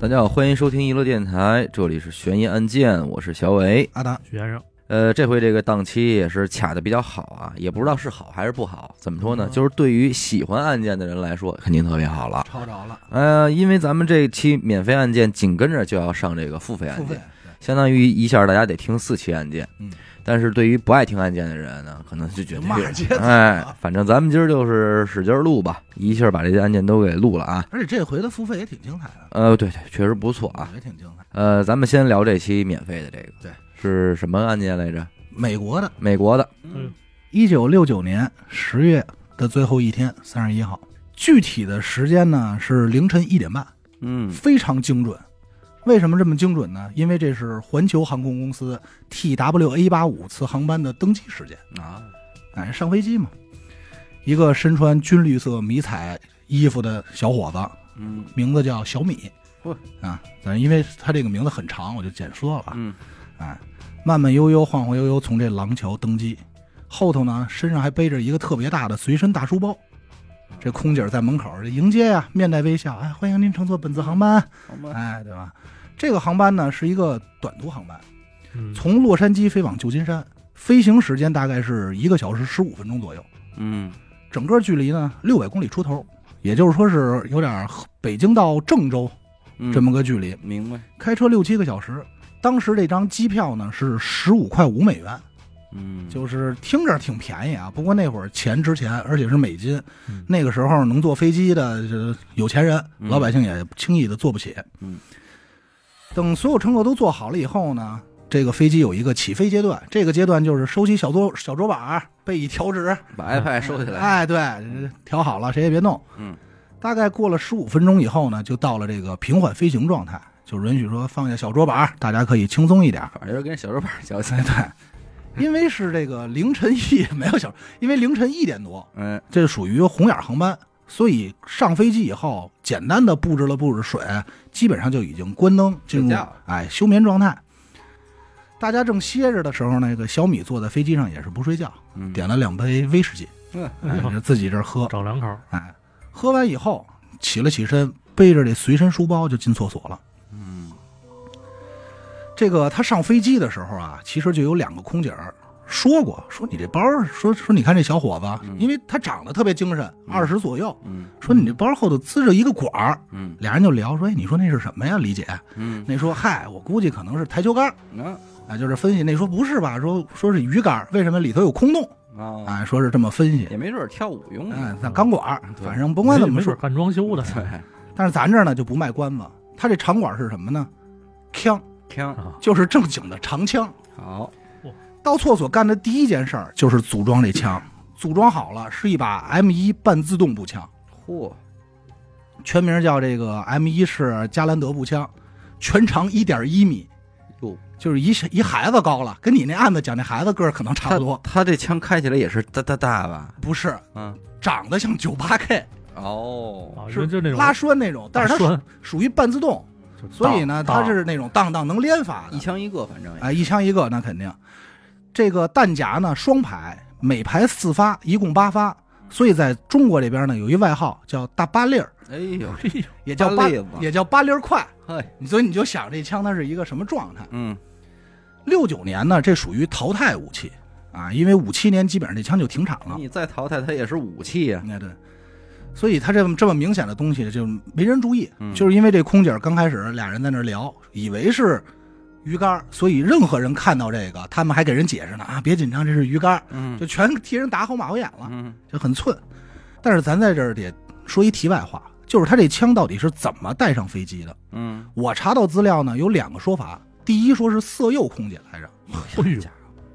大家好，欢迎收听娱乐电台，这里是悬疑案件，我是小伟。阿达，许先生，呃，这回这个档期也是卡的比较好啊，也不知道是好还是不好。怎么说嗯呢？就是对于喜欢案件的人来说，肯定特别好了。抄着了，呃，因为咱们这期免费案件紧跟着就要上这个付费付案费件，，相当于一下大家得听四期案件。嗯，但是对于不爱听案件的人呢，可能就觉得骂这个街走了哎，反正咱们今儿就是使劲儿录吧，一下把这些案件都给录了啊。而且这回的付费也挺精彩的，呃，对对，确实不错啊。也挺精彩。呃，咱们先聊这期免费的这个，对，是什么案件来着？美国的，美国的，嗯一九六九年十月的最后一天，三十一号，具体的时间呢是凌晨一点半，嗯非常精准。为什么这么精准呢？因为这是环球航空公司 TWA 八五次航班的登机时间。啊，哎，上飞机嘛，一个身穿军绿色迷彩衣服的小伙子嗯名字叫小米嚯，啊，咱因为他这个名字很长，我就简说了啊。嗯哎，慢慢悠悠、晃晃悠悠从这廊桥登机，后头呢身上还背着一个特别大的随身大书包。这空姐在门口这迎接呀、面带微笑，哎，欢迎您乘坐本次航班，好吧，哎，对吧？这个航班呢是一个短途航班，嗯，从洛杉矶飞往旧金山，飞行时间大概是一个小时十五分钟左右，嗯整个距离呢六百公里出头，也就是说是有点儿北京到郑州嗯这么个距离，明白，开车六七个小时。当时这张机票呢是十五块五美元，嗯就是听着挺便宜啊。不过那会儿钱值钱，而且是美金，嗯那个时候能坐飞机的这有钱人，嗯老百姓也轻易的坐不起。嗯，等所有乘客都坐好了以后呢，这个飞机有一个起飞阶段，这个阶段就是收起小桌小桌板儿，背椅调直，把 iPad 收起来，哎，对，调好了，谁也别动。嗯，大概过了十五分钟以后呢，就到了这个平缓飞行状态，就允许说放下小桌板儿，大家可以轻松一点儿。 反正就是跟小桌板儿交钱。 哎，对，因为是这个凌晨一没有小， 因为凌晨一点多，哎这属于红眼航班，所以上飞机以后，简单的布置了布置水，基本上就已经关灯睡进入觉哎休眠状态。大家正歇着的时候呢，那个小米坐在飞机上也是不睡觉，嗯点了两杯威士忌，嗯哎 嗯自己这儿 喝，找两口，哎，喝完以后起了起身，背着这随身书包就进厕所了。嗯这个他上飞机的时候啊，其实就有两个空姐儿说过，说你这包儿，说说你看这小伙子，因为他长得特别精神，二十左右，嗯说你这包后头滋着一个管儿，嗯俩人就聊说，哎，你说那是什么呀，李姐？嗯，那说，嗨，我估计可能是台球杆儿，啊啊，就是分析。那说不是吧？说说是鱼竿儿，为什么里头有空洞？嗯哎啊，啊，说是这么分析。也没准儿跳舞用嗯的，，那钢管儿，对反正甭管怎么没说准，干装修的，对，但是咱这儿呢就不卖关子，它这长管是什么呢？枪，听啊，就是正经的长枪。好，到厕所干的第一件事儿就是组装这枪，组装好了是一把 M 一半自动步枪，嚯，全名叫这个 M 一式加兰德步枪，全长一点一米，哟，就是一小一孩子高了，跟你那案子讲那孩子个儿可能差不多。他这枪开起来也是哒哒哒吧？不是，嗯，长得像九八 K，哦，啊，是就那种拉栓那种，但是它栓，属于半自动，就所以呢，当它是那种当当能连发的一。枪一个，反正也，哎，一枪一个，那肯定。这个弹夹呢，双排，每排四发，一共八发。所以在中国这边呢，有一外号叫“大八粒儿哎呦，”，也叫八八粒子，也叫八粒儿快。嘿，所以你就想这枪它是一个什么状态？嗯六九年呢，这属于淘汰武器啊，因为五七年基本上这枪就停产了。你再淘汰他也是武器啊呀，哎，对。所以他这么这么明显的东西就没人注意，嗯就是因为这空姐儿刚开始俩人在那儿聊，以为是鱼竿儿，所以任何人看到这个，他们还给人解释呢啊，别紧张，这是鱼竿儿，嗯就全替人打好马虎眼了，嗯就很寸。但是咱在这儿得说一题外话，就是他这枪到底是怎么带上飞机的？嗯，我查到资料呢，有两个说法，第一说是色诱空姐来着，哎呦，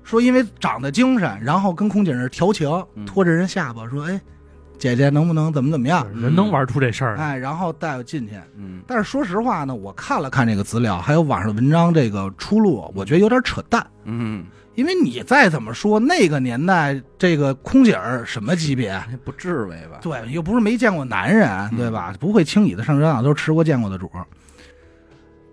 说因为长得精神，然后跟空姐那儿调情，嗯拖着人下巴说，哎，姐姐能不能怎么怎么样？人能玩出这事儿嗯来，哎，然后带我进去。嗯但是说实话呢，我看了看这个资料，还有网上的文章这个出路，我觉得有点扯淡。嗯，因为你再怎么说，那个年代这个空姐儿什么级别？还不至为吧？对，又不是没见过男人，嗯对吧？不会轻易的上身啊，都是吃过见过的主儿。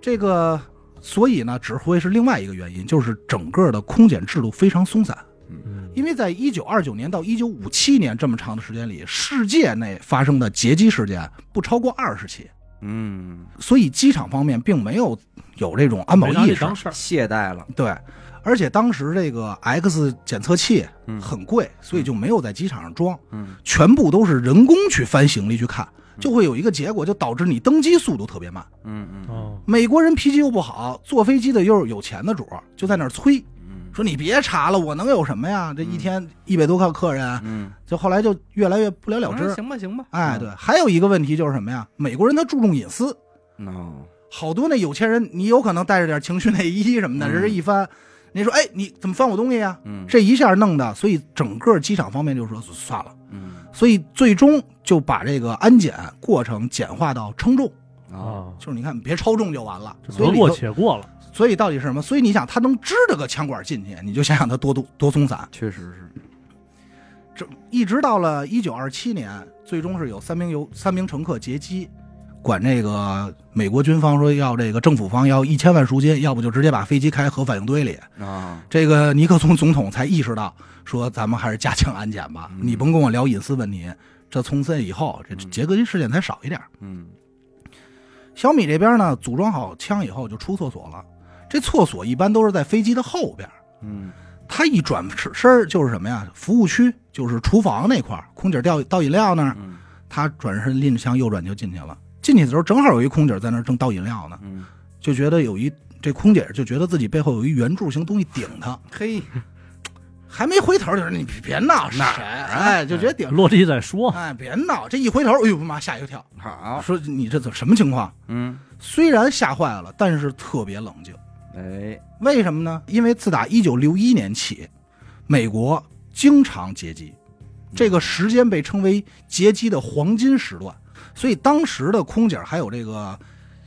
这个，所以呢，指挥是另外一个原因，就是整个的空检制度非常松散。嗯，因为在一九二九年到一九五七年这么长的时间里，世界内发生的劫机事件不超过二十起。嗯，所以机场方面并没有有这种安保没拿意这识当，事儿，懈怠了，对。而且当时这个 X 检测器嗯很贵，所以就没有在机场上装，嗯全部都是人工去翻行李去看，就会有一个结果，就导致你登机速度特别慢。嗯嗯哦，美国人脾气又不好，坐飞机的又是有钱的主儿，就在那儿催，嗯说你别查了，我能有什么呀？这一天一百多个客人，嗯，就后来就越来越不了了之。哦行嗯吧行吧，哎，对，还有一个问题就是什么呀？美国人他注重隐私，嗯，哦，好多那有钱人，你有可能带着点情趣内衣什么的，嗯人家一翻，你说哎，你怎么翻我东西呀？嗯这一下弄的，所以整个机场方面就说算了，嗯所以最终就把这个安检过程简化到称重，哦，啊，就是你看你别超重就完了。这所以得里过头且过了，所以到底是什么？所以你想他能支着个枪管进去，你就想想他多多多松散。确实是，这一直到了一九二七年，最终是有三名游三名乘客劫机，管这个美国军方说要这个政府方要一千万赎金，要不就直接把飞机开核反应堆里。啊，这个尼克松总统才意识到，说咱们还是加强安检吧，嗯你甭跟我聊隐私问题。这从此以后，这嗯劫机事件才少一点。嗯小米这边呢，组装好枪以后就出厕所了。这厕所一般都是在飞机的后边，嗯他一转身儿就是什么呀？服务区就是厨房那块儿，空姐倒倒饮料那儿，嗯他转身拎着枪右转就进去了。进去的时候正好有一空姐在那儿正倒饮料呢，嗯，就觉得有一这空姐就觉得自己背后有一圆柱形东西顶她，嘿，还没回头就是你别别闹哪谁儿啊哎，就觉得顶，落地再说，哎别闹，这一回头，哎呦妈吓一跳，好，说你这怎什么情况？嗯，虽然吓坏了，但是特别冷静。哎，为什么呢？因为自打一九六一年起，美国经常劫机，这个时间被称为劫机的黄金时段，所以当时的空姐还有这个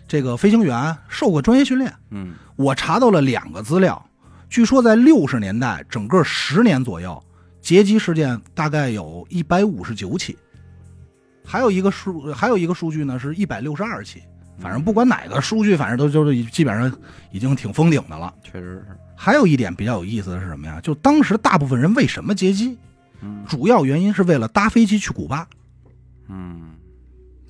这个飞行员受过专业训练。嗯我查到了两个资料，据说在六十年代，整个十年左右，劫机事件大概有一百五十九起。还有一个数，还有一个数据呢，是一百六十二起。反正不管哪个数据，反正都就是基本上已经挺封顶的了。确实是，还有一点比较有意思的是什么呀？就当时大部分人为什么劫机，嗯主要原因是为了搭飞机去古巴，嗯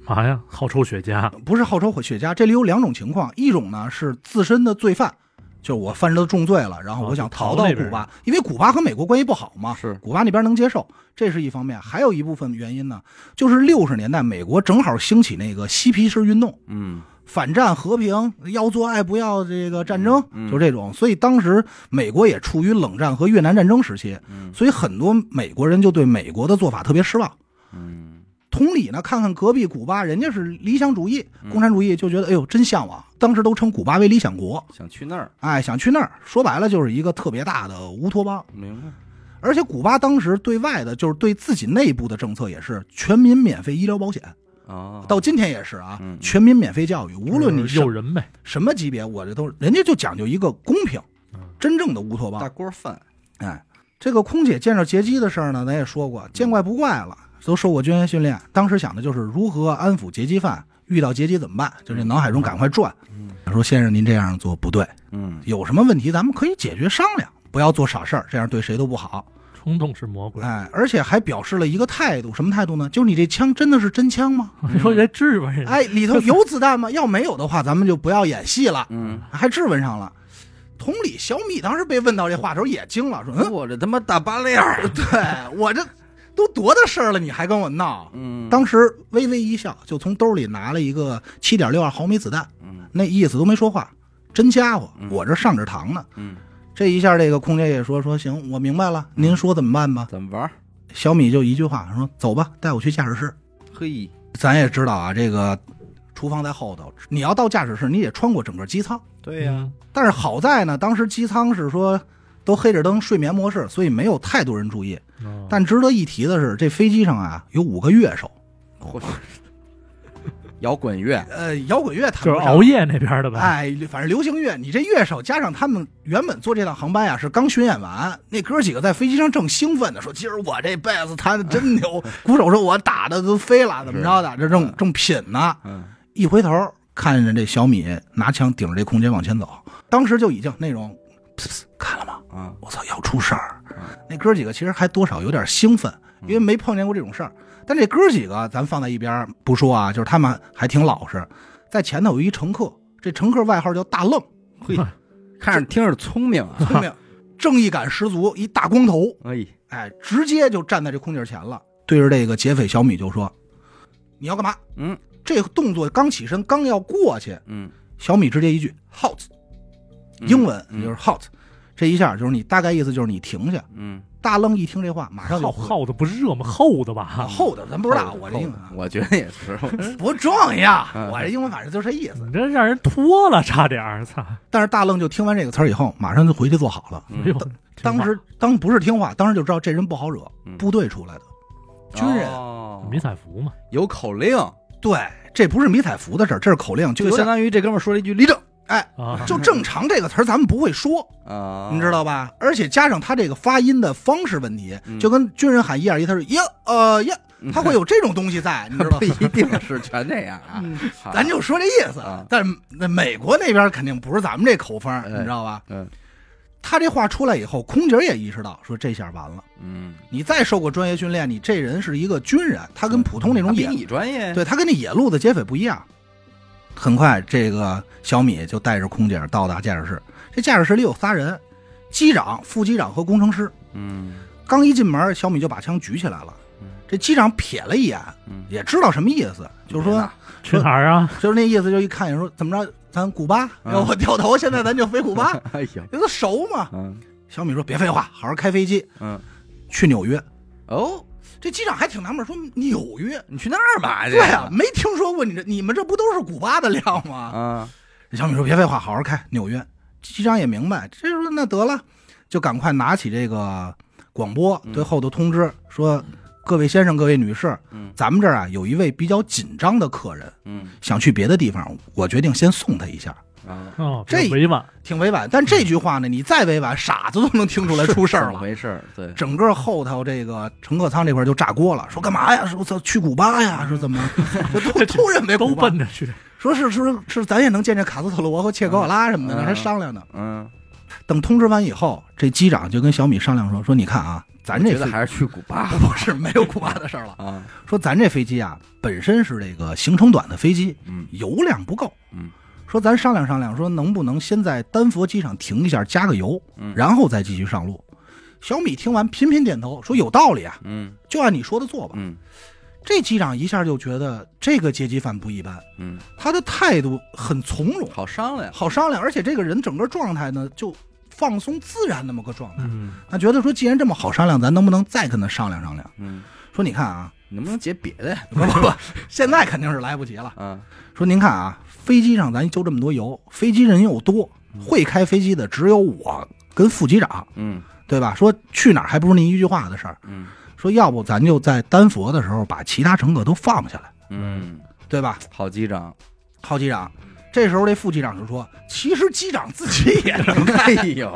嘛呀？好抽雪茄，不是好抽火雪茄。这里有两种情况，一种呢是自身的罪犯，就是我犯了重罪了，然后啊我想就逃逃到那古边巴，因为古巴和美国关系不好嘛，啊是古巴那边能接受，这是一方面。还有一部分原因呢，就是六十年代美国正好兴起那个嬉皮士运动，嗯反战、和平，要做爱不要这个战争，嗯嗯就这种。所以当时美国也处于冷战和越南战争时期，嗯所以很多美国人就对美国的做法特别失望。嗯同理呢，看看隔壁古巴，人家是理想主义、嗯共产主义，就觉得哎呦真向往。当时都称古巴为理想国，想去那儿，哎，想去那儿。说白了就是一个特别大的乌托邦。明白，而且古巴当时对外的，就是对自己内部的政策也是全民免费医疗保险，哦，到今天也是啊，嗯嗯全民免费教育，无论你就是什嗯诱人呗，什么级别，我这都人家就讲究一个公平嗯，真正的乌托大邦。锅饭，哎，这个空姐见着劫机的事儿呢，咱也说过，见怪不怪了，都受过专业训练。当时想的就是如何安抚劫机犯，遇到劫机怎么办？就这脑海中赶快转。说先生您这样做不对，嗯有什么问题咱们可以解决商量，不要做傻事儿，这样对谁都不好。冲动是魔鬼。哎，而且还表示了一个态度，什么态度呢？就是你这枪真的是真枪吗？你说这至于吗？哎，里头有子弹吗？要没有的话，咱们就不要演戏了。嗯。还质问上了。同理，小米当时被问到这话的时候也惊了，说：“嗯，我这他妈大八链儿，对 我这都多大事儿了，你还跟我闹？”嗯，当时微微一笑，就从兜里拿了一个七点六二毫米子弹，嗯那意思都没说话。真家伙，嗯我这上着膛呢。嗯，这一下，这个空姐也说：“说行，我明白了，您说怎么办吧怎么玩儿？？”小米就一句话说：“走吧，带我去驾驶室。嘿，”咱也知道啊，这个厨房在后头，你要到驾驶室，你得穿过整个机舱。对呀，但是好在呢，当时机舱是说都黑着灯，睡眠模式，所以没有太多人注意。哦但值得一提的是，这飞机上啊有五个乐手，嚯，摇滚乐，呃，摇滚乐他就是熬。夜那边的呗，哎，反正流行乐，你这乐手加上他们原本做这趟航班呀、是刚巡演完，那哥几个在飞机上正兴奋呢，说今儿我这贝斯弹的真 牛，鼓手说我打的都飞了，怎么着的，这正正品呢。嗯一回头看着这小米拿枪顶着这空姐往前走，当时就已经那种，噗看了吗？啊，我操，要出事儿嗯！那哥几个其实还多少有点兴奋，因为没碰见过这种事儿。但这哥几个咱放在一边儿不说啊，就是他们还挺老实。在前头有一乘客，这乘客外号叫大愣，看着听着聪明 啊，聪明，正义感十足，一大光头，哎，哎，直接就站在这空姐前了，对着这个劫匪小米就说：“你要干嘛嗯？”这个动作刚起身，刚要过去，嗯，小米直接一句 “halt”，嗯英文就是嗯 “halt”，这一下就是你大概意思就是你停下。嗯，大愣一听这话，马上就耗会耗的不是热吗？厚的吧？哎啊厚的，咱不知道我这后英文 啊我觉得也 是，不重要嗯，我这英文反正就这意思。你这让人脱了，差点儿，操！但是大愣就听完这个词儿以后，马上就回去坐好了。嗯哎呦，当时当不是听话，当时就知道这人不好惹嗯，部队出来的军人，哦迷彩服嘛，有口令，对，这不是迷彩服的事儿，这是口令，就就有相点当于这哥们儿说了一句“立正啊，哎 就正常这个词儿咱们不会说，啊，你知道吧？而且加上他这个发音的方式问题嗯，就跟军人喊一二一，他说呀呃呀，嗯 他会有这种东西在，你知道嗯不吧？一定是全这样啊，好咱就说这意思啊。但那美国那边肯定不是咱们这口风，哎你知道吧？嗯他这话出来以后，空姐也意识到，说这下完了。嗯，你再受过专业训练，你这人是一个军人，他跟普通那他种嗯比野，你专业，对他跟那野路子劫匪不一样。很快，这个小米就带着空姐到达驾驶室。这驾驶室里有仨人，机长、副机长和工程师。嗯刚一进门，小米就把枪举起来了嗯。这机长瞥了一眼，嗯，也知道什么意思，就别是说闹，去哪儿啊？就是那意思，就一看说怎么着，咱古巴哎嗯要我掉头，现在咱就飞古 巴，哎呦，因为他熟嘛。嗯小米说别废话，好好开飞机嗯，去纽约。哦，这机长还挺纳闷，说纽约你去那儿吧，对啊，没听说过你这，你们这不都是古巴的料吗？啊，小米说：“别废话，好好开。”纽约机长也明白，这时候那得了，就赶快拿起这个广播嗯对后头通知、说：“各位先生，各位女士，嗯咱们这儿啊有一位比较紧张的客人，嗯想去别的地方，我决定先送他一下。啊， 哦，比这较委婉，”挺委婉，但嗯这句话呢，你再委婉，傻子都能听出来出事怎儿么了。回事儿？对，整个后头这个乘客舱这块就炸锅了，说干嘛呀？说操去古巴呀？说怎么？我都都认为古都巴奔着去，说是是是，咱也能见见卡斯特罗和切格瓦拉什么的，嗯那还商量呢。嗯，等通知完以后，这机长就跟小米商量说：“说你看啊，咱我这觉得飞还是去古巴 不是没有古巴的事儿了。啊，说咱这飞机啊，本身是这个行程短的飞机，嗯油量不够。嗯，说咱商量商量，说能不能先在丹佛机场停一下，加个油，嗯然后再继续上路。”小米听完频频点头，说：“有道理啊，嗯就按你说的做吧。嗯这机长一下就觉得这个劫机犯不一般，嗯，他的态度很从容。好商量，好商量，而且这个人整个状态呢就放松自然那么个状态。嗯，那觉得说，既然这么好商量，咱能不能再跟他商量商量？嗯，说你看啊，你能不能结别的呀？ 不不不，现在肯定是来不及了。啊，说您看啊，飞机上咱就这么多油，飞机人又多，会开飞机的只有我跟副机长，嗯对吧？说去哪儿还不是您一句话的事儿。嗯说要不咱就在丹佛的时候把其他乘客都放下来，嗯，对吧？好机长，郝机长，这时候这副机长就说：“其实机长自己也能开。”哎呦，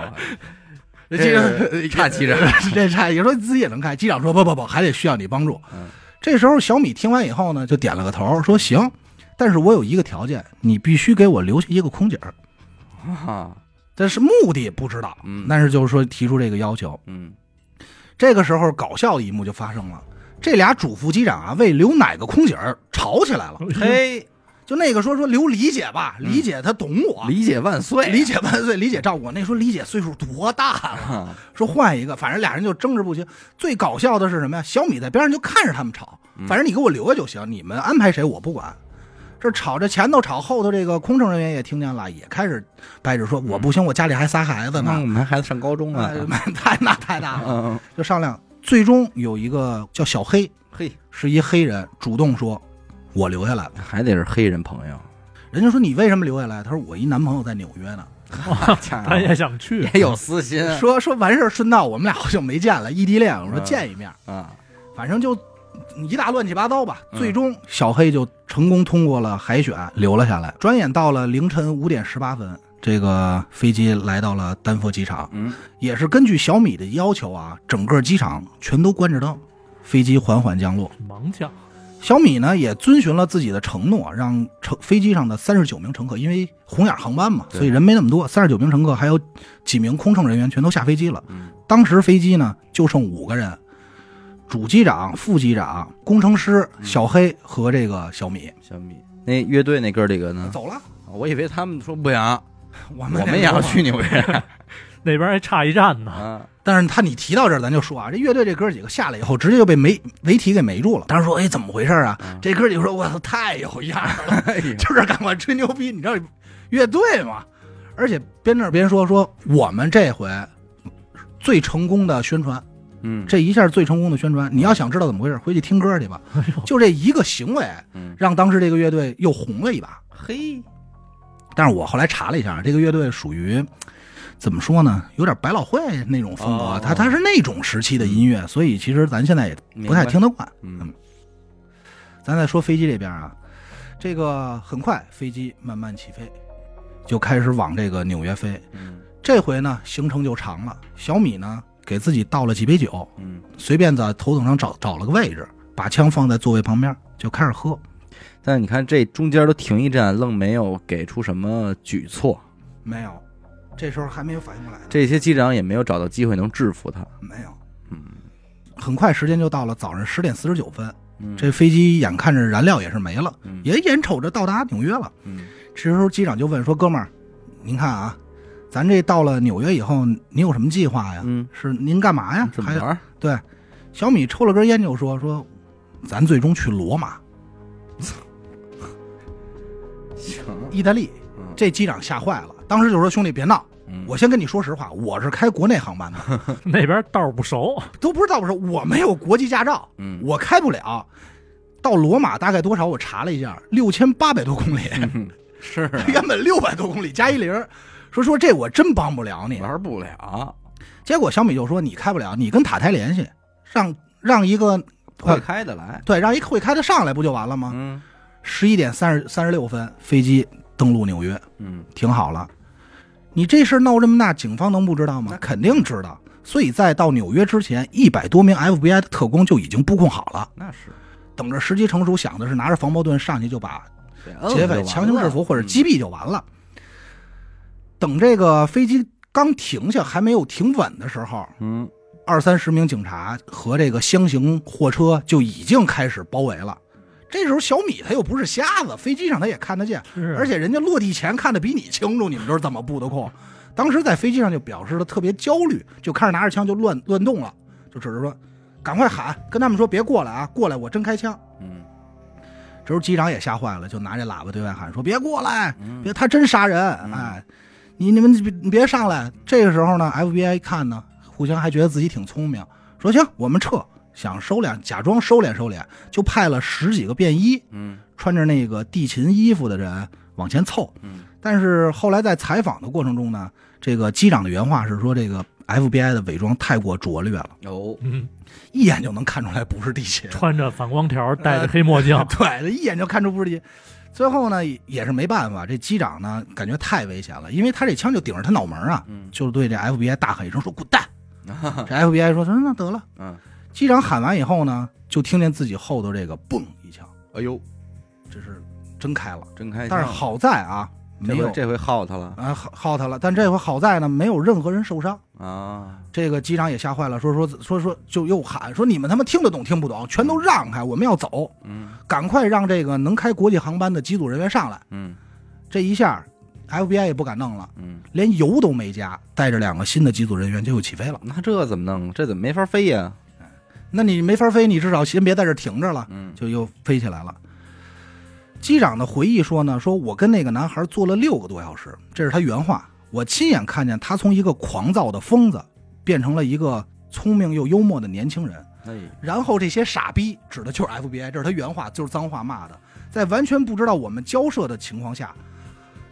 这个差机长， 这差也说自己也能开。机长说不不不，还得需要你帮助。嗯这时候小米听完以后呢，就点了个头，说行，但是我有一个条件，你必须给我留下一个空姐儿。啊，但是目的不知道，嗯但是就是说提出这个要求。嗯这个时候搞笑的一幕就发生了，这俩主副机长啊为留哪个空姐儿吵起来了。嘿，就那个说说留李姐吧，嗯李姐她懂我，理解万岁，李姐万岁，李姐照顾我。那说李姐岁数多大了？ 啊，说换一个，反正俩人就争执不休。最搞笑的是什么呀？小米在边上就看着他们吵，嗯反正你给我留下就行，你们安排谁我不管。这吵着前头吵，后头这个空乘人员也听见了，也开始掰扯说我不行，我家里还仨孩子那呢我，们孩子上高中了嗯哎， 太大太大了，嗯，就商量。最终有一个叫小黑，嘿，是一黑人，主动说：“我留下来吧。还得是黑人朋友，”人家说：“你为什么留下来？”他说：“我一男朋友在纽约呢。啊 他也想去，也有私心啊说说完事儿，顺道我们俩好久没见了，异地恋。我说嗯见一面。啊，反正就一大乱七八糟吧。嗯最终小黑就成功通过了海选，留了下来。转眼到了凌晨五点十八分，这个飞机来到了丹佛机场，嗯也是根据小米的要求啊，整个机场全都关着灯。飞机缓缓降落，盲降，小米呢也遵循了自己的承诺，让乘飞机上的三十九名乘客，因为红眼航班嘛，对所以人没那么多，三十九名乘客还有几名空乘人员全都下飞机了。嗯当时飞机呢就剩五个人，主机长、副机长、工程师小黑和这个小米。小米，那乐队那哥几个呢？走了，我以为他们说不想，我们我那们也要个去纽约那边还差一站呢。啊。但是他你提到这儿，咱就说啊，这乐队这哥几个下来以后，直接就被媒媒体给围住了。当时说，哎，怎么回事啊？这哥几个说，我操，太有样儿了，哎呀就是赶快吹牛逼，你知道乐队嘛？而且边那儿边说说，我们这回最成功的宣传，嗯，这一下最成功的宣传。你要想知道怎么回事，回去听歌去吧。就这一个行为嗯，让当时这个乐队又红了一把。嘿，但是我后来查了一下，这个乐队属于怎么说呢？有点百老汇那种风格，哦它它是那种时期的音乐，所以其实咱现在也不太听得惯。明白，嗯咱再说飞机这边啊，这个很快飞机慢慢起飞，就开始往这个纽约飞。嗯这回呢，行程就长了。小米呢，给自己倒了几杯酒，嗯。随便在头等舱找找了个位置，把枪放在座位旁边，就开始喝。但你看这中间都停一站，愣没有给出什么举措，没有，这时候还没有反应过来呢。这些机长也没有找到机会能制服他。没有，嗯，很快时间就到了早上十点四十九分。嗯这飞机眼看着燃料也是没了，嗯也眼瞅着到达纽约了。嗯这时候机长就问说：“哥们儿，您看啊，咱这到了纽约以后，您有什么计划呀？嗯，是您干嘛呀？怎么还玩儿？对，小米抽了根烟就说说，咱最终去罗马， 行，意大利。嗯这机长吓坏了，当时就说：兄弟别闹，嗯我先跟你说实话，我是开国内航 班的，那边道儿 不熟，都不知道我说我没有国际驾照，嗯我开不了。到罗马大概多少？我查了一下，六千八百多公里。嗯是啊 原本六百多公里加一零儿，说说这我真帮不了你。玩不了，结果小米就说你开不了，你跟塔台联系，让让一个会开得来。对让一个会开的上来不就完了吗？嗯十一点三十三十六分，飞机登陆纽约，嗯，停好了。你这事儿闹这么大，警方能不知道吗那？肯定知道。所以在到纽约之前，一百多名 FBI 的特工就已经布控好了，那是等着时机成熟，想的是拿着防爆盾上去就把哦劫匪强行制服或者击击毙就完了。等这个飞机刚停下还没有停稳的时候，嗯二三十名警察和这个箱型货车就已经开始包围了。这时候小米他又不是瞎子，飞机上他也看得见，是而且人家落地前看得比你清楚，你们这是怎么布的控？当时在飞机上就表示的特别焦虑，就开始拿着枪就乱乱动了，就指着说：“赶快喊，跟他们说别过来啊，过来我真开枪。”嗯这时候机长也吓坏了，就拿这喇叭对外喊说：“别过来，嗯别他真杀人！嗯哎，你你们别你别上来！”这个时候呢，FBI 一看呢，互相还觉得自己挺聪明，说：“行，我们撤。”想收敛，假装收敛收敛，就派了十几个便衣、嗯穿着那个地勤衣服的人往前凑。嗯但是后来在采访的过程中呢，这个机长的原话是说：“这个 FBI 的伪装太过拙劣了，有嗯，一眼就能看出来不是地勤。”穿着反光呃条，戴着黑墨镜， 对，一眼就看出不是机。最后呢，也也是没办法，这机长呢感觉太危险了，因为他这枪就顶着他脑门啊，嗯就对这 FBI 大喊一声说“滚 蛋”。这 FBI 说：“说那得了。嗯，”机长喊完以后呢，就听见自己后头这个“嘣”一枪，哎呦，这是真开了。真开心。但是好在啊，哎这没有回这回耗他了啊耗耗他了。但这回好在呢，没有任何人受伤。啊！这个机长也吓坏了，说说说说就又喊说：“你们他妈听得懂听不懂？全都让开，我们要走，嗯赶快让这个能开国际航班的机组人员上来。”嗯这一下，FBI 也不敢弄了，嗯，连油都没加，带着两个新的机组人员就又起飞了。那这怎么弄？这怎么没法飞呀？那你没法飞，你至少先别在这儿停着了，嗯就又飞起来了。机长的回忆说呢，说我跟那个男孩坐了六个多小时，这是他原话。我亲眼看见他从一个狂躁的疯子变成了一个聪明又幽默的年轻人。哎然后这些傻逼指的就是 FBI，这是他原话，就是脏话骂的，在完全不知道我们交涉的情况下，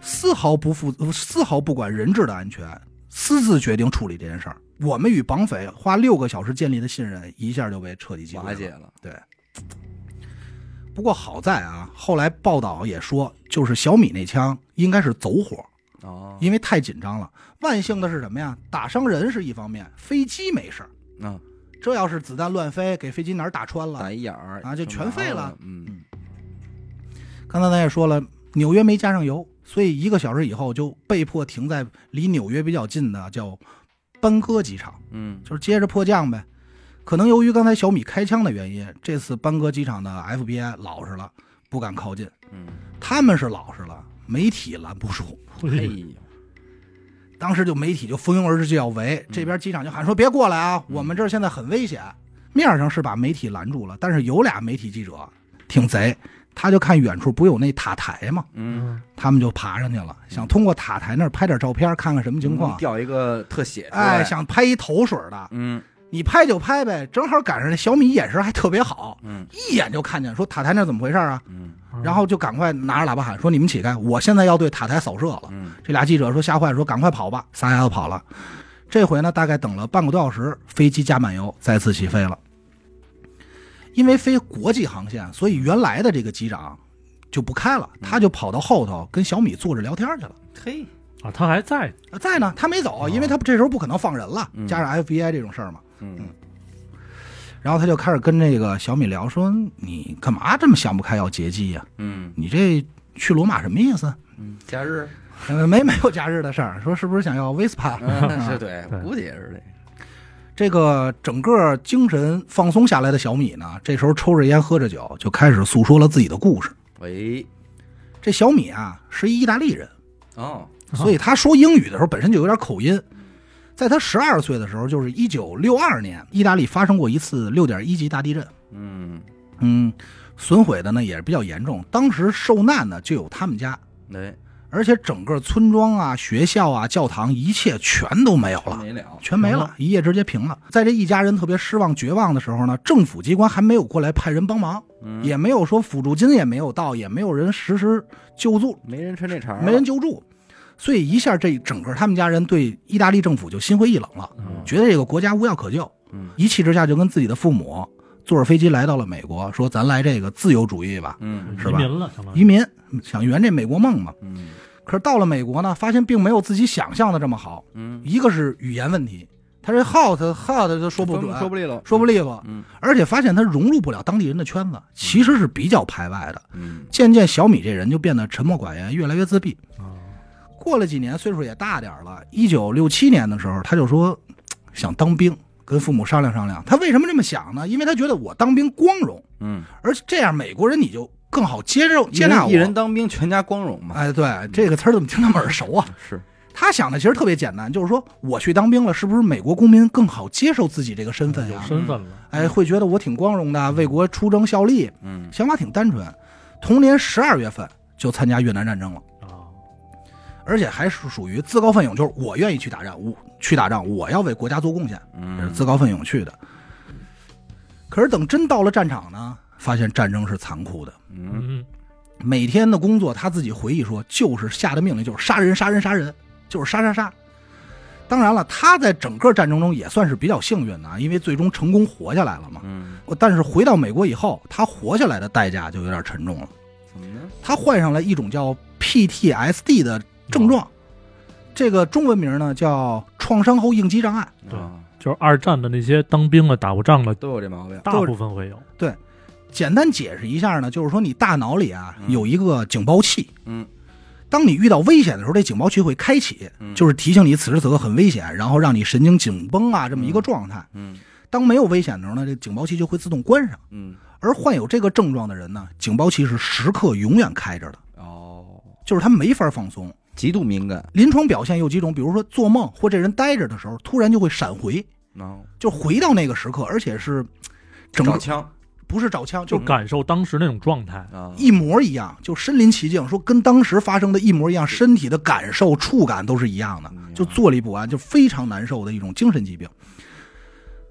丝毫不负丝毫不管人质的安全，私自决定处理这件事儿。我们与绑匪花六个小时建立的信任，一下就被彻底击溃瓦解了。了。不过好在啊，后来报道也说，就是小米那枪应该是走火，哦，因为太紧张了。万幸的是什么呀？打伤人是一方面，飞机没事儿。啊，这要是子弹乱飞，给飞机哪儿打穿了打，一眼儿啊就全废了。嗯刚才咱也说了，纽约没加上油，所以一个小时以后就被迫停在离纽约比较近的叫班戈机场，嗯就是接着迫降呗。可能由于刚才小米开枪的原因，这次班戈机场的 FBI 老实了，不敢靠近。嗯，他们是老实了，媒体拦不住。哎嘿呦，当时就媒体就蜂拥而至就要围，这边机长就喊说：“别过来啊，嗯我们这儿现在很危险。”面上是把媒体拦住了，但是有俩媒体记者挺贼，他就看远处不有那塔台吗？嗯，嗯他们就爬上去了，想通过塔台那儿拍点照片，看看什么情况。掉一个特写出来，哎，想拍一头水的，嗯你拍就拍呗，正好赶上那小米眼神还特别好，嗯一眼就看见，说塔台那儿怎么回事啊？嗯然后就赶快拿着喇叭喊说：“你们起开，我现在要对塔台扫射了。”嗯这俩记者说吓坏了，说赶快跑吧，撒丫子跑了。这回呢，大概等了半个多小时，飞机加满油，再次起飞了。因为飞国际航线，所以原来的这个机长就不开嗯了，他就跑到后头跟小米坐着聊天去了。嘿，啊，他还在呃在呢，他没走，哦因为他这时候不可能放人了，嗯加上 FBI 这种事儿嘛。嗯然后他就开始跟这个小米聊，说你干嘛这么想不开要劫机呀、嗯你这去罗马什么意思？嗯，假日，呃，没没有假日的事儿，说是不是想要 Vespa？嗯，啊是对对，估计也是这个整个精神放松下来的小米呢，这时候抽着烟喝着酒，就开始诉说了自己的故事。这，喂，这小米啊是一意大利人，哦，啊所以他说英语的时候本身就有点口音。在他十二岁的时候，就是一九六二年，意大利发生过一次六点一级大地震，嗯，嗯，损毁的呢也是比较严重。当时受难呢就有他们家，对，而且整个村庄啊、学校啊、教堂一切全都没有了。没了，全没平了了，一夜直接平了。在这一家人特别失望、绝望的时候呢，政府机关还没有过来派人帮忙，嗯，也没有说辅助金也没有到，也没有人实施救助，没人抻这茬儿了，没人救助，所以一下这整个他们家人对意大利政府就心灰意冷了，嗯觉得这个国家无药可救，嗯一气之下就跟自己的父母坐着飞机来到了美国，说咱来这个自由主义吧，嗯是移吧民了，相当于移民想圆这美国梦嘛。嗯可是到了美国呢，发现并没有自己想象的这么好，嗯，一个是语言问题。他这耗子耗子都说不准，说不利落，说不利索，嗯而且发现他融入不了当地人的圈子，其实是比较排外的。嗯渐渐，小米这人就变得沉默寡言，越来越自闭。啊，过了几年，岁数也大点儿了，一九六七年的时候，他就说嘖想当兵，跟父母商量商量。他为什么这么想呢？因为他觉得我当兵光荣，嗯，而且这样美国人你就更好接受嗯接一人纳我。一人当兵，全家光荣嘛，哎，对这个词儿怎么听那么耳熟啊？是，他想的其实特别简单，就是说我去当兵了，是不是美国公民更好接受自己这个身份有呀、身份了，哎，会觉得我挺光荣的，为国出征效力。嗯想法挺单纯。同年十二月份就参加越南战争了，啊，而且还是属于自告奋勇，就是我愿意去打仗，我去打仗，我要为国家做贡献，这是嗯，自告奋勇去的。可是等真到了战场呢，发现战争是残酷的。嗯嗯，每天的工作，他自己回忆说，就是下的命令就是杀人、杀人、杀人，就是杀杀杀。当然了，他在整个战争中也算是比较幸运的啊，因为最终成功活下来了嘛。嗯，但是回到美国以后，他活下来的代价就有点沉重了。怎么呢？他患上了一种叫 PTSD 的症状，这个中文名呢叫创伤后应激障碍。对啊就是二战的那些当兵的、啊打过仗的，都有这毛病，大部分会有，简单解释一下呢，就是说你大脑里啊嗯有一个警报器，嗯，当你遇到危险的时候，这警报器会开启，嗯就是提醒你此时此刻很危险，然后让你神经紧绷啊这么一个状态。嗯当没有危险的时候呢，这警报器就会自动关上。嗯，而患有这个症状的人呢，警报器是时刻永远开着的，哦，就是他没法放松。极度敏感，临床表现有几种，比如说做梦或这人呆着的时候，突然就会闪回，能就回到那个时刻，而且是整找个枪不是照枪，就就感受当时那种状态，啊，一模一样，就身临其境，说跟当时发生的一嗯模一样，身体的感受、触感都是一样的，就坐立不安，就非常难受的一种精神疾病。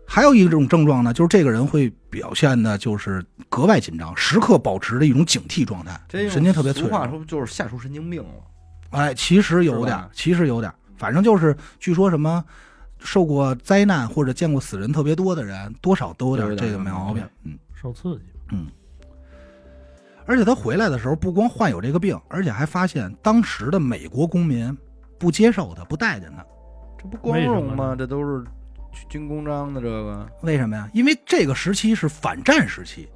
还有一种症状呢，就是这个人会表现的，就是格外紧张，时刻保持着一种警惕状态，这用神经特别脆俗弱话。说就是吓出神经病了，哎，其实有点是吧儿，其实有点儿，反正就是据说什么受过灾难或者见过死人特别多的人，多少都有点儿有点这儿个毛病嗯。嗯，受刺激，而且他回来的时候，不光患有这个病，而且还发现当时的美国公民不接受他，不待见他。这不光为什荣么吗？呢这都是军功章的这个，为什么呀？因为这个时期是反战时期，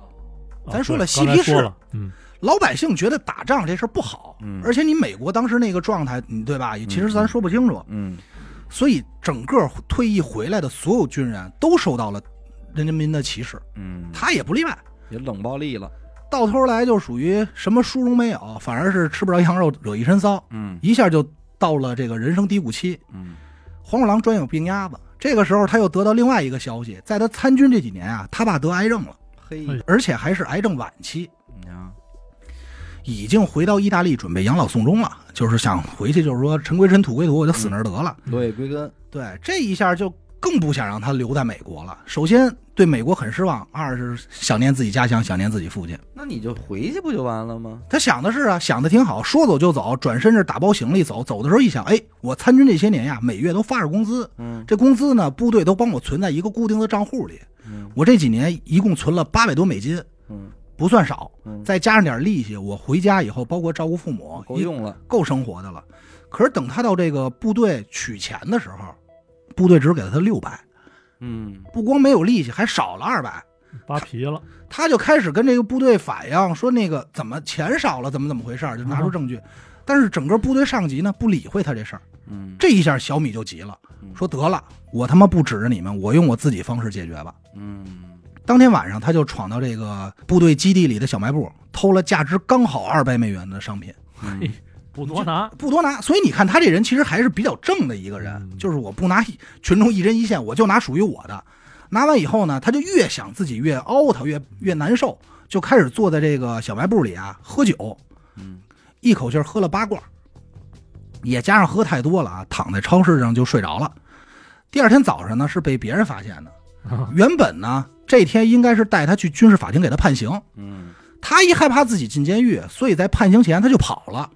啊咱说对了嬉刚才皮说士了，嗯，老百姓觉得打仗这事儿不好，嗯而且你美国当时那个状态，你对吧？其实咱说不清楚，嗯所以整个退役回来的所有军人都受到了人民的歧视，嗯，他也不例外。也冷暴力了，到头来就属于什么殊荣没有，反而是吃不着羊肉惹一身骚，嗯一下就到了这个人生低谷期。嗯黄鼠狼专有病鸭子。这个时候，他又得到另外一个消息，在他参军这几年啊，他爸得癌症了，嘿，哎而且还是癌症晚期，你看，已经回到意大利准备养老送终了，就是想回去，就是说尘归尘，土归土，我就死那儿得了。落叶归根，对，这一下就更不想让他留在美国了。首先对美国很失望，二是想念自己家乡，想念自己父亲。那你就回去不就完了吗？他想的是啊，想的挺好，说走就走，转身是打包行李走。走的时候一想，哎，我参军这些年呀，每月都发着工资，嗯这工资呢，部队都帮我存在一个固定的账户里。嗯我这几年一共存了八百多美金，嗯不算少，嗯，再加上点利息，我回家以后，包括照顾父母，够用了，够生活的了。可是等他到这个部队取钱的时候，部队只给了他六百，嗯不光没有利息，还少了二百。扒皮了，他就开始跟这个部队反映说，那个怎么钱少了，怎么怎么回事儿，就拿啊出证据。但是整个部队上级呢不理会他这事儿，嗯，这一下小米就急了，说得了，我他妈不指着你们，我用我自己方式解决吧。嗯当天晚上，他就闯到这个部队基地里的小卖部，偷了价值刚好二百美元的商品，嗯不多拿，啊不多拿。所以你看，他这人其实还是比较正的一个人，嗯就是我不拿群众一针一线，我就拿属于我的。拿完以后呢，他就越想自己越凹他，越越难受，就开始坐在这个小卖部里啊喝酒，嗯一口气儿喝了八罐儿，也加上喝太多了啊，躺在超市上就睡着了。第二天早上呢，是被别人发现的。原本呢，这天应该是带他去军事法庭给他判刑。嗯他一害怕自己进监狱，所以在判刑前他就跑了，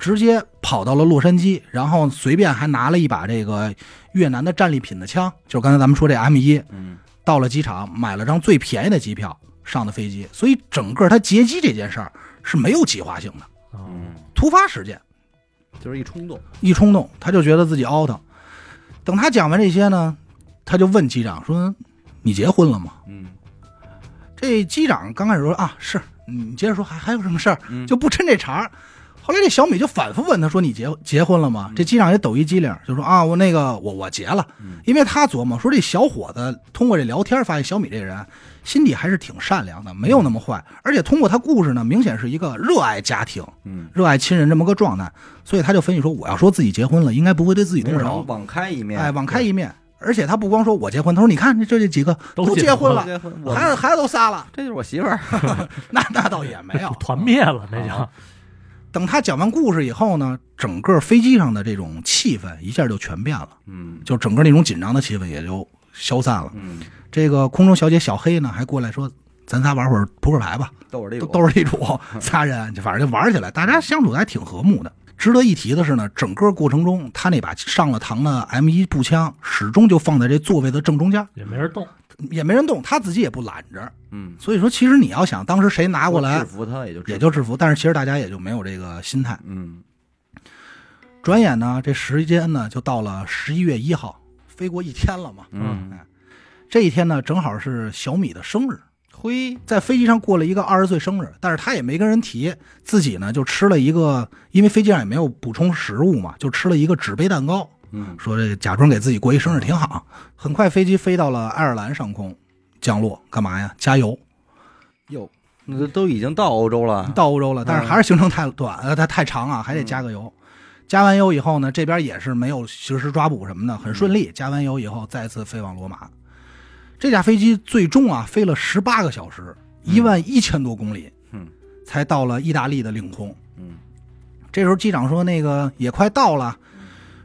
直接跑到了洛杉矶，然后随便还拿了一把这个越南的战利品的枪，就是刚才咱们说这 M 一，嗯到了机场买了张最便宜的机票上的飞机，所以整个他劫机这件事儿是没有计划性的， 嗯，嗯，突发事件。就是一冲动，一冲动，他就觉得自己 out。等他讲完这些呢，他就问机长说：“你结婚了吗嗯？”这机长刚开始说：“啊， 是。”你接着说，还还有什么事儿？嗯就不抻这茬儿。后来这小米就反复问他说：“你结结婚了吗？”嗯这机长也抖一机灵，就说：“啊，我那个我我结了。嗯”因为他琢磨说，这小伙子通过这聊天发现小米这人心底还是挺善良的，没有那么坏，嗯而且通过他故事呢，明显是一个热爱家庭、嗯，热爱亲人这么个状态，所以他就分析说，我要说自己结婚了，应该不会对自己动手，网开一面，哎，网开一面。而且他不光说我结婚，他说你看这这几个都都结结婚婚了了，结婚，孩子孩子都仨 了，这就是我媳妇儿，那那倒也没有就团灭了，那叫啊等他讲完故事以后呢，整个飞机上的这种气氛一下就全变了，嗯就整个那种紧张的气氛也就消散了。嗯，这个空中小姐小黑呢还过来说：“咱仨玩会儿扑克牌吧。”豆儿这都都是地主， 仨人，反正就玩起来，大家相处的还挺和睦的。值得一提的是呢，整个过程中，他那把上了膛的 M 一步枪始终就放在这座位的正中间，也没人动，也没人动，他自己也不拦着。嗯，所以说，其实你要想当时谁拿过来制，服他也就制也服就制服。但是其实大家也就没有这个心态。嗯转眼呢，这时间呢就到了十一月一号，飞过一天了嘛。嗯，这一天呢，正好是小米的生日。嘿，在飞机上过了一个二十岁生日，但是他也没跟人提，自己呢就吃了一个，因为飞机上也没有补充食物嘛，就吃了一个纸杯蛋糕，嗯说这假装给自己过一生日挺好。很快飞机飞到了爱尔兰上空，降落干嘛呀？加油！哟，那都都已经到欧洲了，到欧洲了，但是还是行程太短，呃，它太长啊，还得加个油。加完油以后呢，这边也是没有实施抓捕什么的，很顺利。加完油以后，再次飞往罗马。这架飞机最终啊飞了十八个小时，一万一千多公里，嗯，才到了意大利的领空。嗯这时候机长说：“那个也快到了，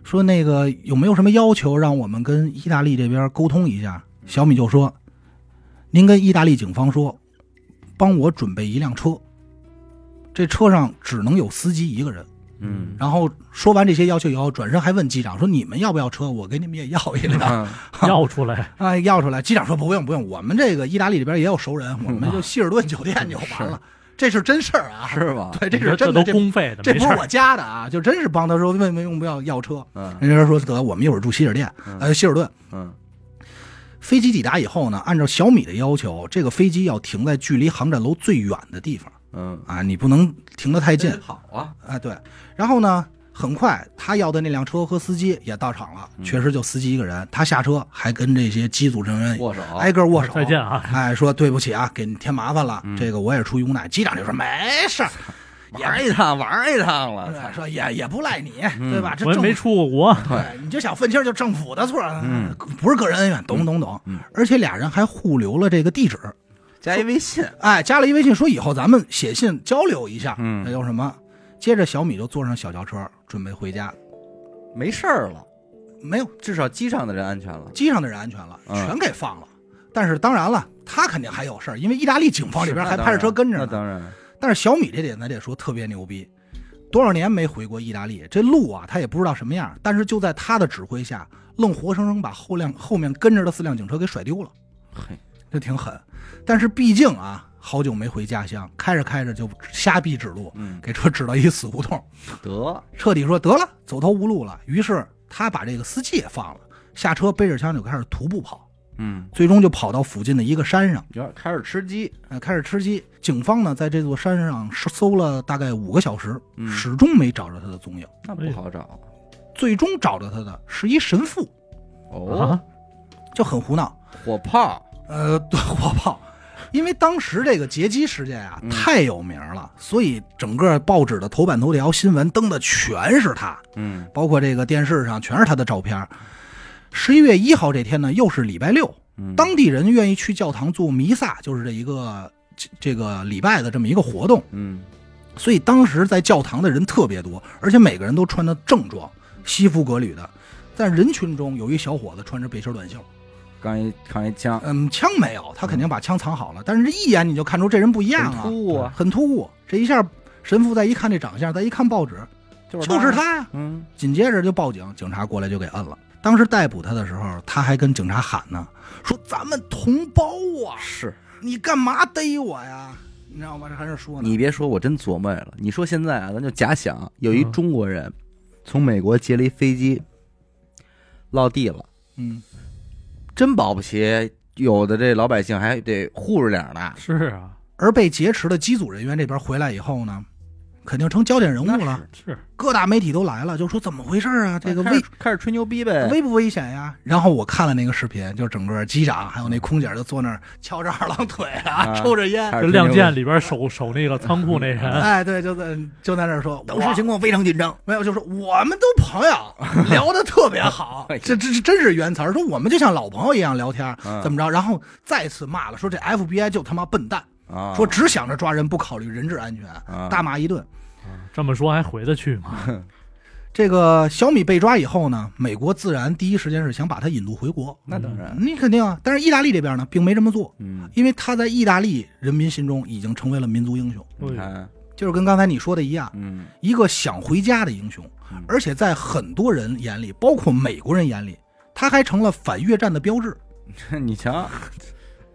说那个有没有什么要求让我们跟意大利这边沟通一下？”嗯小米就说：“您跟意大利警方说，帮我准备一辆车，这车上只能有司机一个人。”嗯然后说完这些要求以后，转身还问机长说：“你们要不要车？我给你们也要一辆。嗯要出来，哎，要出来。机长说：“不用不用，我们这个意大利这边也有熟人，我们就希尔顿酒店就完了。这是真事儿 啊，是吧？ 对，这你这是真的，都这公费的，这没不事是儿我家的啊，就真是帮他说问问用不要要车，嗯人家说得我们一会儿住希尔店，嗯呃希尔顿。嗯飞机抵达以后呢，按照小米的要求，这个飞机要停在距离航站楼最远的地方嗯，啊，你不能停得太近好啊，啊。对，然后呢，很快，他要的那辆车和司机也到场了，嗯确实就司机一个人。他下车还跟这些机组成员握手，哦挨个握手，再见啊！哎，说对不起啊，给你添麻烦了，嗯这个我也是出于无奈。机长就说没事儿，玩一趟，玩一趟了，哎操说也也不赖你，嗯对吧？这我也政没府出过国，对，你就想愤青就政府的错儿，嗯不是个人恩怨，懂懂懂。嗯而且俩人还互留了这个地址，加一微信，哎，加了一微信，说以后咱们写信交流一下，嗯那叫什么？接着小米就坐上小轿车准备回家，没事儿了，没有至少机上的人安全了。机上的人安全了，嗯全给放了。但是当然了，他肯定还有事儿，因为意大利警方这边还派着车跟着那呢。当然，但是小米这点咱得说特别牛逼，多少年没回过意大利，这路啊他也不知道什么样，但是就在他的指挥下，愣活生生把后辆后面跟着的四辆警车给甩丢了，嘿，这挺狠。但是毕竟啊，好久没回家乡，开着开着就瞎逼指路，嗯，给车指到一死胡同，得，彻底说得了，走投无路了。于是他把这个司机也放了，下车背着枪就开始徒步跑，嗯，最终就跑到附近的一个山上，有点开始吃鸡，呃，开始吃鸡。警方呢在这座山上搜了大概五个小时，嗯始终没找着他的踪影。那不好找最终找着他的是一神父，哦啊。，就很胡闹，火炮，呃， 对火炮。因为当时这个劫机事件啊嗯太有名了，所以整个报纸的头版头条新闻登的全是他。嗯，包括这个电视上全是他的照片。十一月一号这天呢，又是礼拜六，嗯当地人愿意去教堂做弥撒，就是这一个这这个礼拜的这么一个活动，嗯，所以当时在教堂的人特别多，而且每个人都穿的正装，西服革履的。在人群中有一小伙子穿着背心短袖，刚一扛一枪，嗯，枪没有，他肯定把枪藏好了，但是一眼你就看出这人不一样很啊，突兀啊，很突兀。这一下，神父再一看这长相，再一看报纸，就就是，他呀、嗯，紧接着就报警，警察过来就给摁了。当时逮捕他的时候，他还跟警察喊呢，说咱们同胞啊，是你干嘛逮我呀？你知道吗？这还是说呢，你别说，我真琢磨了。你说现在啊，咱就假想有一嗯中国人从美国劫了一飞机，落地了，嗯，真保不齐有的这老百姓还得护着点儿呢。是啊，而被劫持的机组人员这边回来以后呢，肯定成焦点人物那了是，是各大媒体都来了，就说怎么回事啊？这个开危始开始吹牛逼呗，危不危险呀？然后我看了那个视频，就整个机长还有那空姐就坐那儿翘着二郎腿啊，啊抽着烟，开这始《亮剑》里边守守那个仓库那人，哎，对，就在就在那儿说，当时情况非常紧张。没有，就是我们都朋友，聊得特别好 哎呀，这这这真是原词儿，说我们就像老朋友一样聊天儿，嗯怎么着？然后再次骂了，说这 FBI 就他妈笨蛋，啊，说只想着抓人，不考虑人质安全，啊大骂一顿。这么说还回得去吗？这个小米被抓以后呢，美国自然第一时间是想把他引渡回国，那当然，你肯定啊。但是意大利这边呢，并没这么做，嗯，因为他在意大利人民心中已经成为了民族英雄，嗯你看，就是跟刚才你说的一样， 嗯，一个想回家的英雄嗯，而且在很多人眼里，包括美国人眼里，他还成了反越战的标志。你瞧，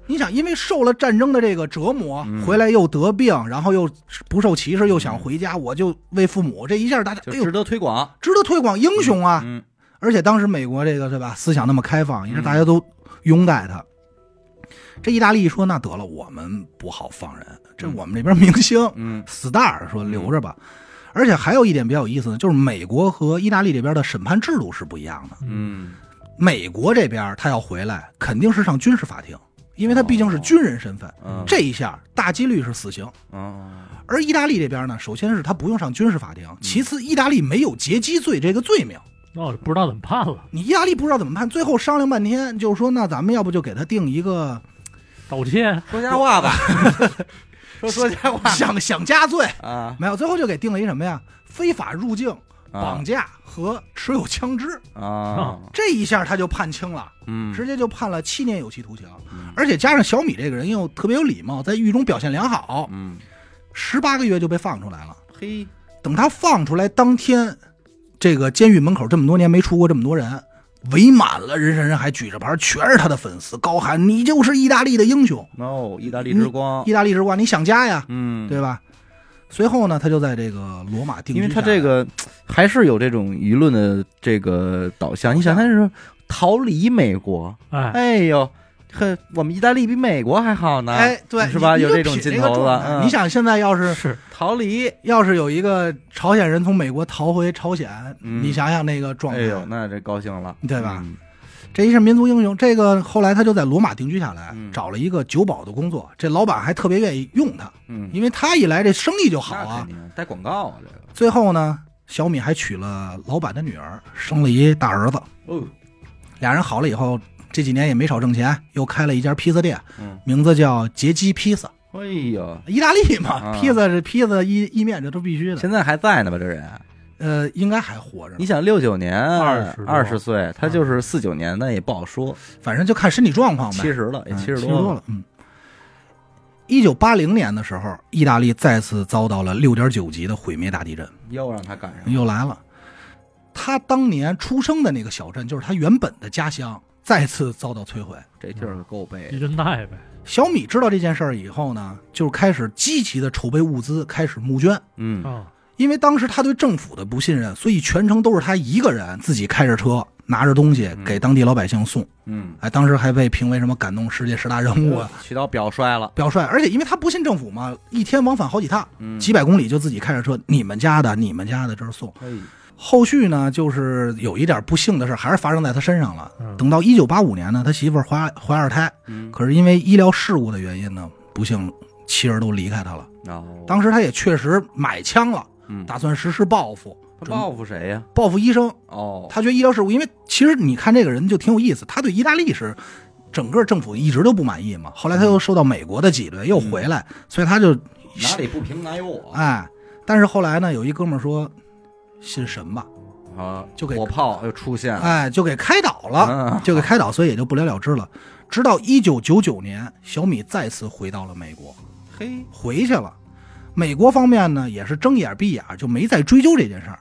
你想，因为受了战争的这个折磨，嗯回来又得病，然后又不受歧视，又想回家，我就为父母，这一下大家就哎呦值，得推广，值得推广英雄啊！嗯，而且当时美国这个对吧，思想那么开放，一下嗯大家都拥戴他。这意大利一说，那得了，我们不好放人，这嗯我们这边明星嗯， star 说留着吧。而且还有一点比较有意思呢，就是美国和意大利这边的审判制度是不一样的。嗯，美国这边他要回来，肯定是上军事法庭，因为他毕竟哦是军人身份，嗯，这一下大几率是死刑。啊，而意大利这边呢，首先是他不用上军事法庭，嗯其次意大利没有劫机罪这个罪名。那哦我就不知道怎么判了，你意大利不知道怎么判，最后商量半天，就是说那咱们要不就给他定一个盗窃说瞎 话吧，说说瞎话想想家罪，啊没有，最后就给定了一什么呀？非法入境、啊绑架和持有枪支。啊，这一下他就判轻了，嗯，直接就判了七年有期徒刑嗯，而且加上小米这个人又特别有礼貌，在狱中表现良好，嗯，十八个月就被放出来了。嘿，等他放出来当天，这个监狱门口这么多年没出过这么多人，围满了人山人海，举着牌，全是他的粉丝，高喊你就是意大利的英雄， no，意大利之光，意大利之光，你想家呀，嗯，对啊吧？随后呢，他就在这个罗马定居因下为来，他这个还是有这种舆论的这个导向。你想，他是逃离美国，哎，哎呦，呵，我们意大利比美国还好呢。哎，对，是吧你有你就这种品劲个头状子态嗯你想现在要是是逃离，要是有一个朝鲜人从美国逃回朝鲜，嗯你想想那个状哎态，呦，那这高兴了，啊对吧嗯？这一是民族英雄。这个后来他就在罗马定居下来，嗯找了一个酒保的工作，这老板还特别愿意用他，嗯，因为他一来这生意就好那肯啊。定带广告啊，这个最后呢，小米还娶了老板的女儿，生了一大儿子，哦，俩人好了以后。这几年也没少挣钱，又开了一家披萨店，嗯，名字叫杰基披萨，哎呦，意大利嘛，啊披萨是披萨意意面这都必须的。现在还在呢吧？这人，呃，应该还活着呢你，想六九年20多二十岁，他就是四九年，那也不好说，反正就看身体状况呗。七十了，也嗯七十70多多了，了，嗯。一九八零年的时候，意大利再次遭到了六点九级的毁灭大地震，又让他赶上了，又来了。他当年出生的那个小镇，就是他原本的家乡，再次遭到摧毁。这地儿够背嗯地，震带呗，小米知道这件事儿以后呢，就开始积极的筹备物资，开始募捐。嗯，啊，因为当时他对政府的不信任，所以全程都是他一个人自己开着车，拿着东西给当地老百姓送。嗯，哎，当时还被评为什么感动世界十大人物啊，去到表率了，表率。而且因为他不信政府嘛，一天往返好几趟，嗯，几百公里就自己开着车，你们家的、你们家的这儿送。哎，后续呢，就是有一点不幸的事儿还是发生在他身上了。嗯等到一九八五年呢，他媳妇儿怀怀二胎，嗯，可是因为医疗事故的原因呢，不幸妻儿都离开他了。然后当时他也确实买枪了，嗯打算实施报复，他报复谁呀？报复医生。哦，他觉得医疗事故，因为其实你看这个人就挺有意思，他对意大利是整个政府一直都不满意嘛，后来他又受到美国的挤兑，又回来，所以他就嗯哪里不平哪有我哎，但是后来呢，有一哥们儿说信神吧，啊！就给火炮又出现了，哎，就给开导了，嗯就给开导，所以也就不了了之了。直到一九九九年，小米再次回到了美国，嘿，回去了。美国方面呢，也是睁眼闭眼，就没再追究这件事儿。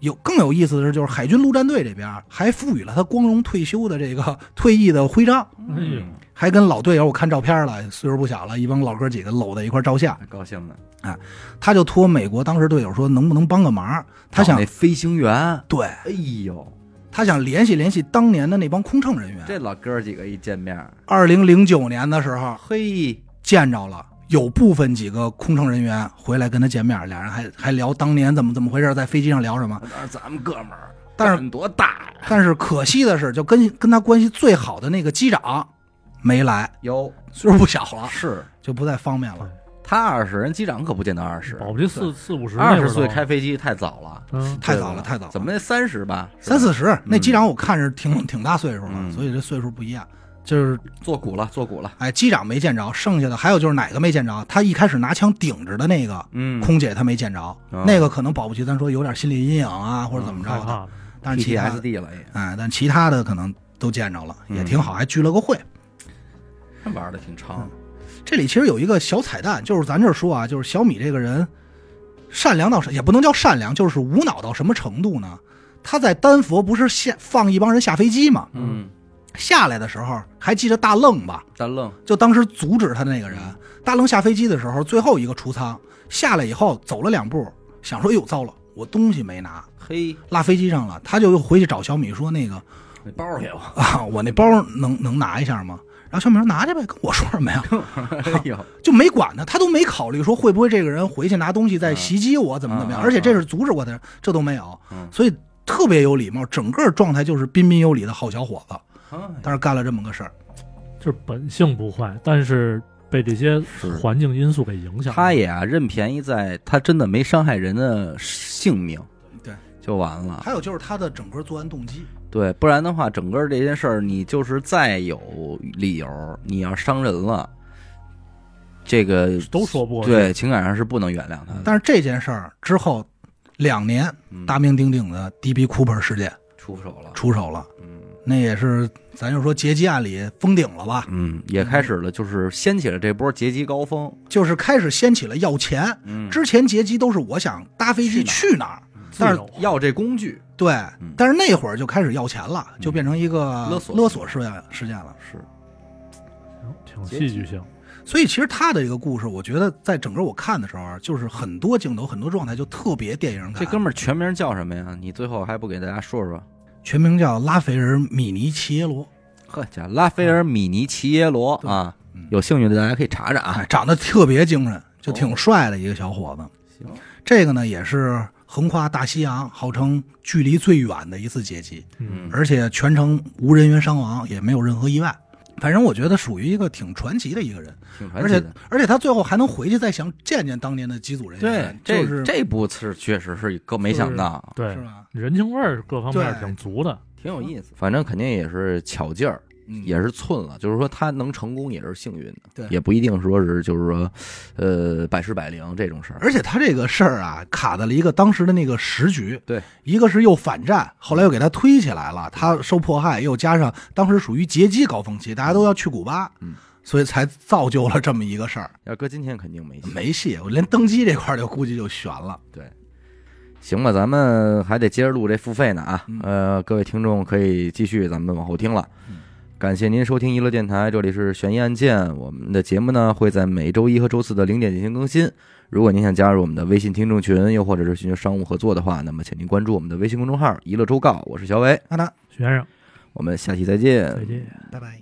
有更有意思的是，就是海军陆战队这边还赋予了他光荣退休的这个 退役的徽章，哎呦，嗯，还跟老队友我看照片了，岁数不小了，一帮老哥几个搂在一块儿照相。高兴的，他就托美国当时队友说，能不能帮个忙？他找想那飞行员，对，哎呦，他想联系联系当年的那帮空乘人员。这老哥几个一见面，二零零九年的时候嘿，见着了，有部分几个空乘人员回来跟他见面，俩人还还聊当年怎么怎么回事，在飞机上聊什么。当时咱们哥们儿，但是胆多大呀？但是可惜的是，就跟跟他关系最好的那个机长没来，有啊岁数不小了，是就不再方便了。他二十，人机长可不见到二十，保哦不齐四四五十那二会十儿都岁开，飞机太早了，嗯，太早了，太早了，怎么也三十吧，是吧三四十？那机长我看着挺挺大岁数了，嗯所以这岁数不一样。就是坐骨了，坐骨了，哎，机长没见着，剩下的还有就是哪个没见着？他一开始拿枪顶着的那个，嗯空姐她没见着，嗯那个可能保不齐咱说有点心理阴影啊，或者怎么着害的。怕了，啊但是其他的， ，PTSD 了也，哎，但其他的可能都见着了，嗯也挺好，还聚了个会。这玩的挺长，这里其实有一个小彩蛋，就是咱这儿说啊，就是小米这个人善良到什，也不能叫善良，就是无脑到什么程度呢？他在丹佛不是下放一帮人下飞机吗？嗯，下来的时候还记得大愣吧？单愣，就当时阻止他的那个人，大愣下飞机的时候，最后一个出舱下来以后走了两步，想说：“哟，糟了，我东西没拿，嘿，落飞机上了。”他就又回去找小米说：“那个那包给我， 啊，我那包能能拿一下吗？”然后小米说：“拿去呗，跟我说什么呀哎呦，？”就没管他，他都没考虑说会不会这个人回去拿东西再袭击我，怎么怎么嗯样。而且这是阻止过他，这都没有嗯，所以特别有礼貌，整个状态就是彬彬有礼的好小伙子。哎但是干了这么个事儿，就是本性不坏，但是被这些是环境因素给影响了。 他也啊认便宜在，他真的没伤害人的性命，对，就完了。还有就是他的整个作案动机。对，不然的话，整个这件事儿，你就是再有理由，你要伤人了，这个都说不过去，对情感上是不能原谅他的。但是这件事儿之后，两年嗯大名鼎鼎的 D.B. Cooper 事件出手了，出手了，嗯那也是咱就说劫机案里封顶了吧？嗯，也开始了，就是掀起了这波劫机高峰。就是开始掀起了要钱，嗯之前劫机都是我想搭飞机去哪儿，自但由，是要这工具对嗯，但是那会儿就开始要钱了，就变成一个勒索勒索事件事件了。是嗯挺戏剧性，所以其实他的一个故事，我觉得在整个我看的时候啊，就是很多镜头、很多状态就特别电影感。这哥们儿全名 叫什么呀？你最后还不给大家说说？全名叫拉斐尔·米尼奇耶罗，呵家拉斐尔·米尼奇耶罗对啊嗯，有兴趣的大家可以查查啊。哎，长得特别精神，就挺帅的一个小伙子。行，这个呢也是横跨大西洋，号称距离最远的一次劫机，嗯，而且全程无人员伤亡，也没有任何意外。反正我觉得属于一个挺传奇的一个人，挺传而奇且的。嗯而且他最后还能回去再想见见当年的机组人对员，，这就是这部是确实是个没想到，对是，吧？人情味儿各方面对挺足的，挺有意思。反正肯定也是巧劲儿，嗯也是寸了。就是说他能成功也是幸运的，对也不一定说是就是说，呃，百试百灵这种事儿。而且他这个事儿啊，卡在了一个当时的那个时局，对，一个是又反战，后来又给他推起来了，他受迫害，又加上当时属于劫机高峰期，大家都要去古巴，嗯，所以才造就了这么一个事儿。要搁今天肯定没戏。没戏，我连登机这块儿就估计就悬了。行吧，咱们还得接着录这付费呢啊嗯。呃，各位听众可以继续咱们往后听了嗯。感谢您收听娱乐电台，这里是悬疑案件。我们的节目呢会在每周一和周四的零点进行更新。如果您想加入我们的微信听众群，又或者是寻求商务合作的话，那么请您关注我们的微信公众号“娱乐周告”。我是小伟，那他，学生我们下期再见。再见。拜拜。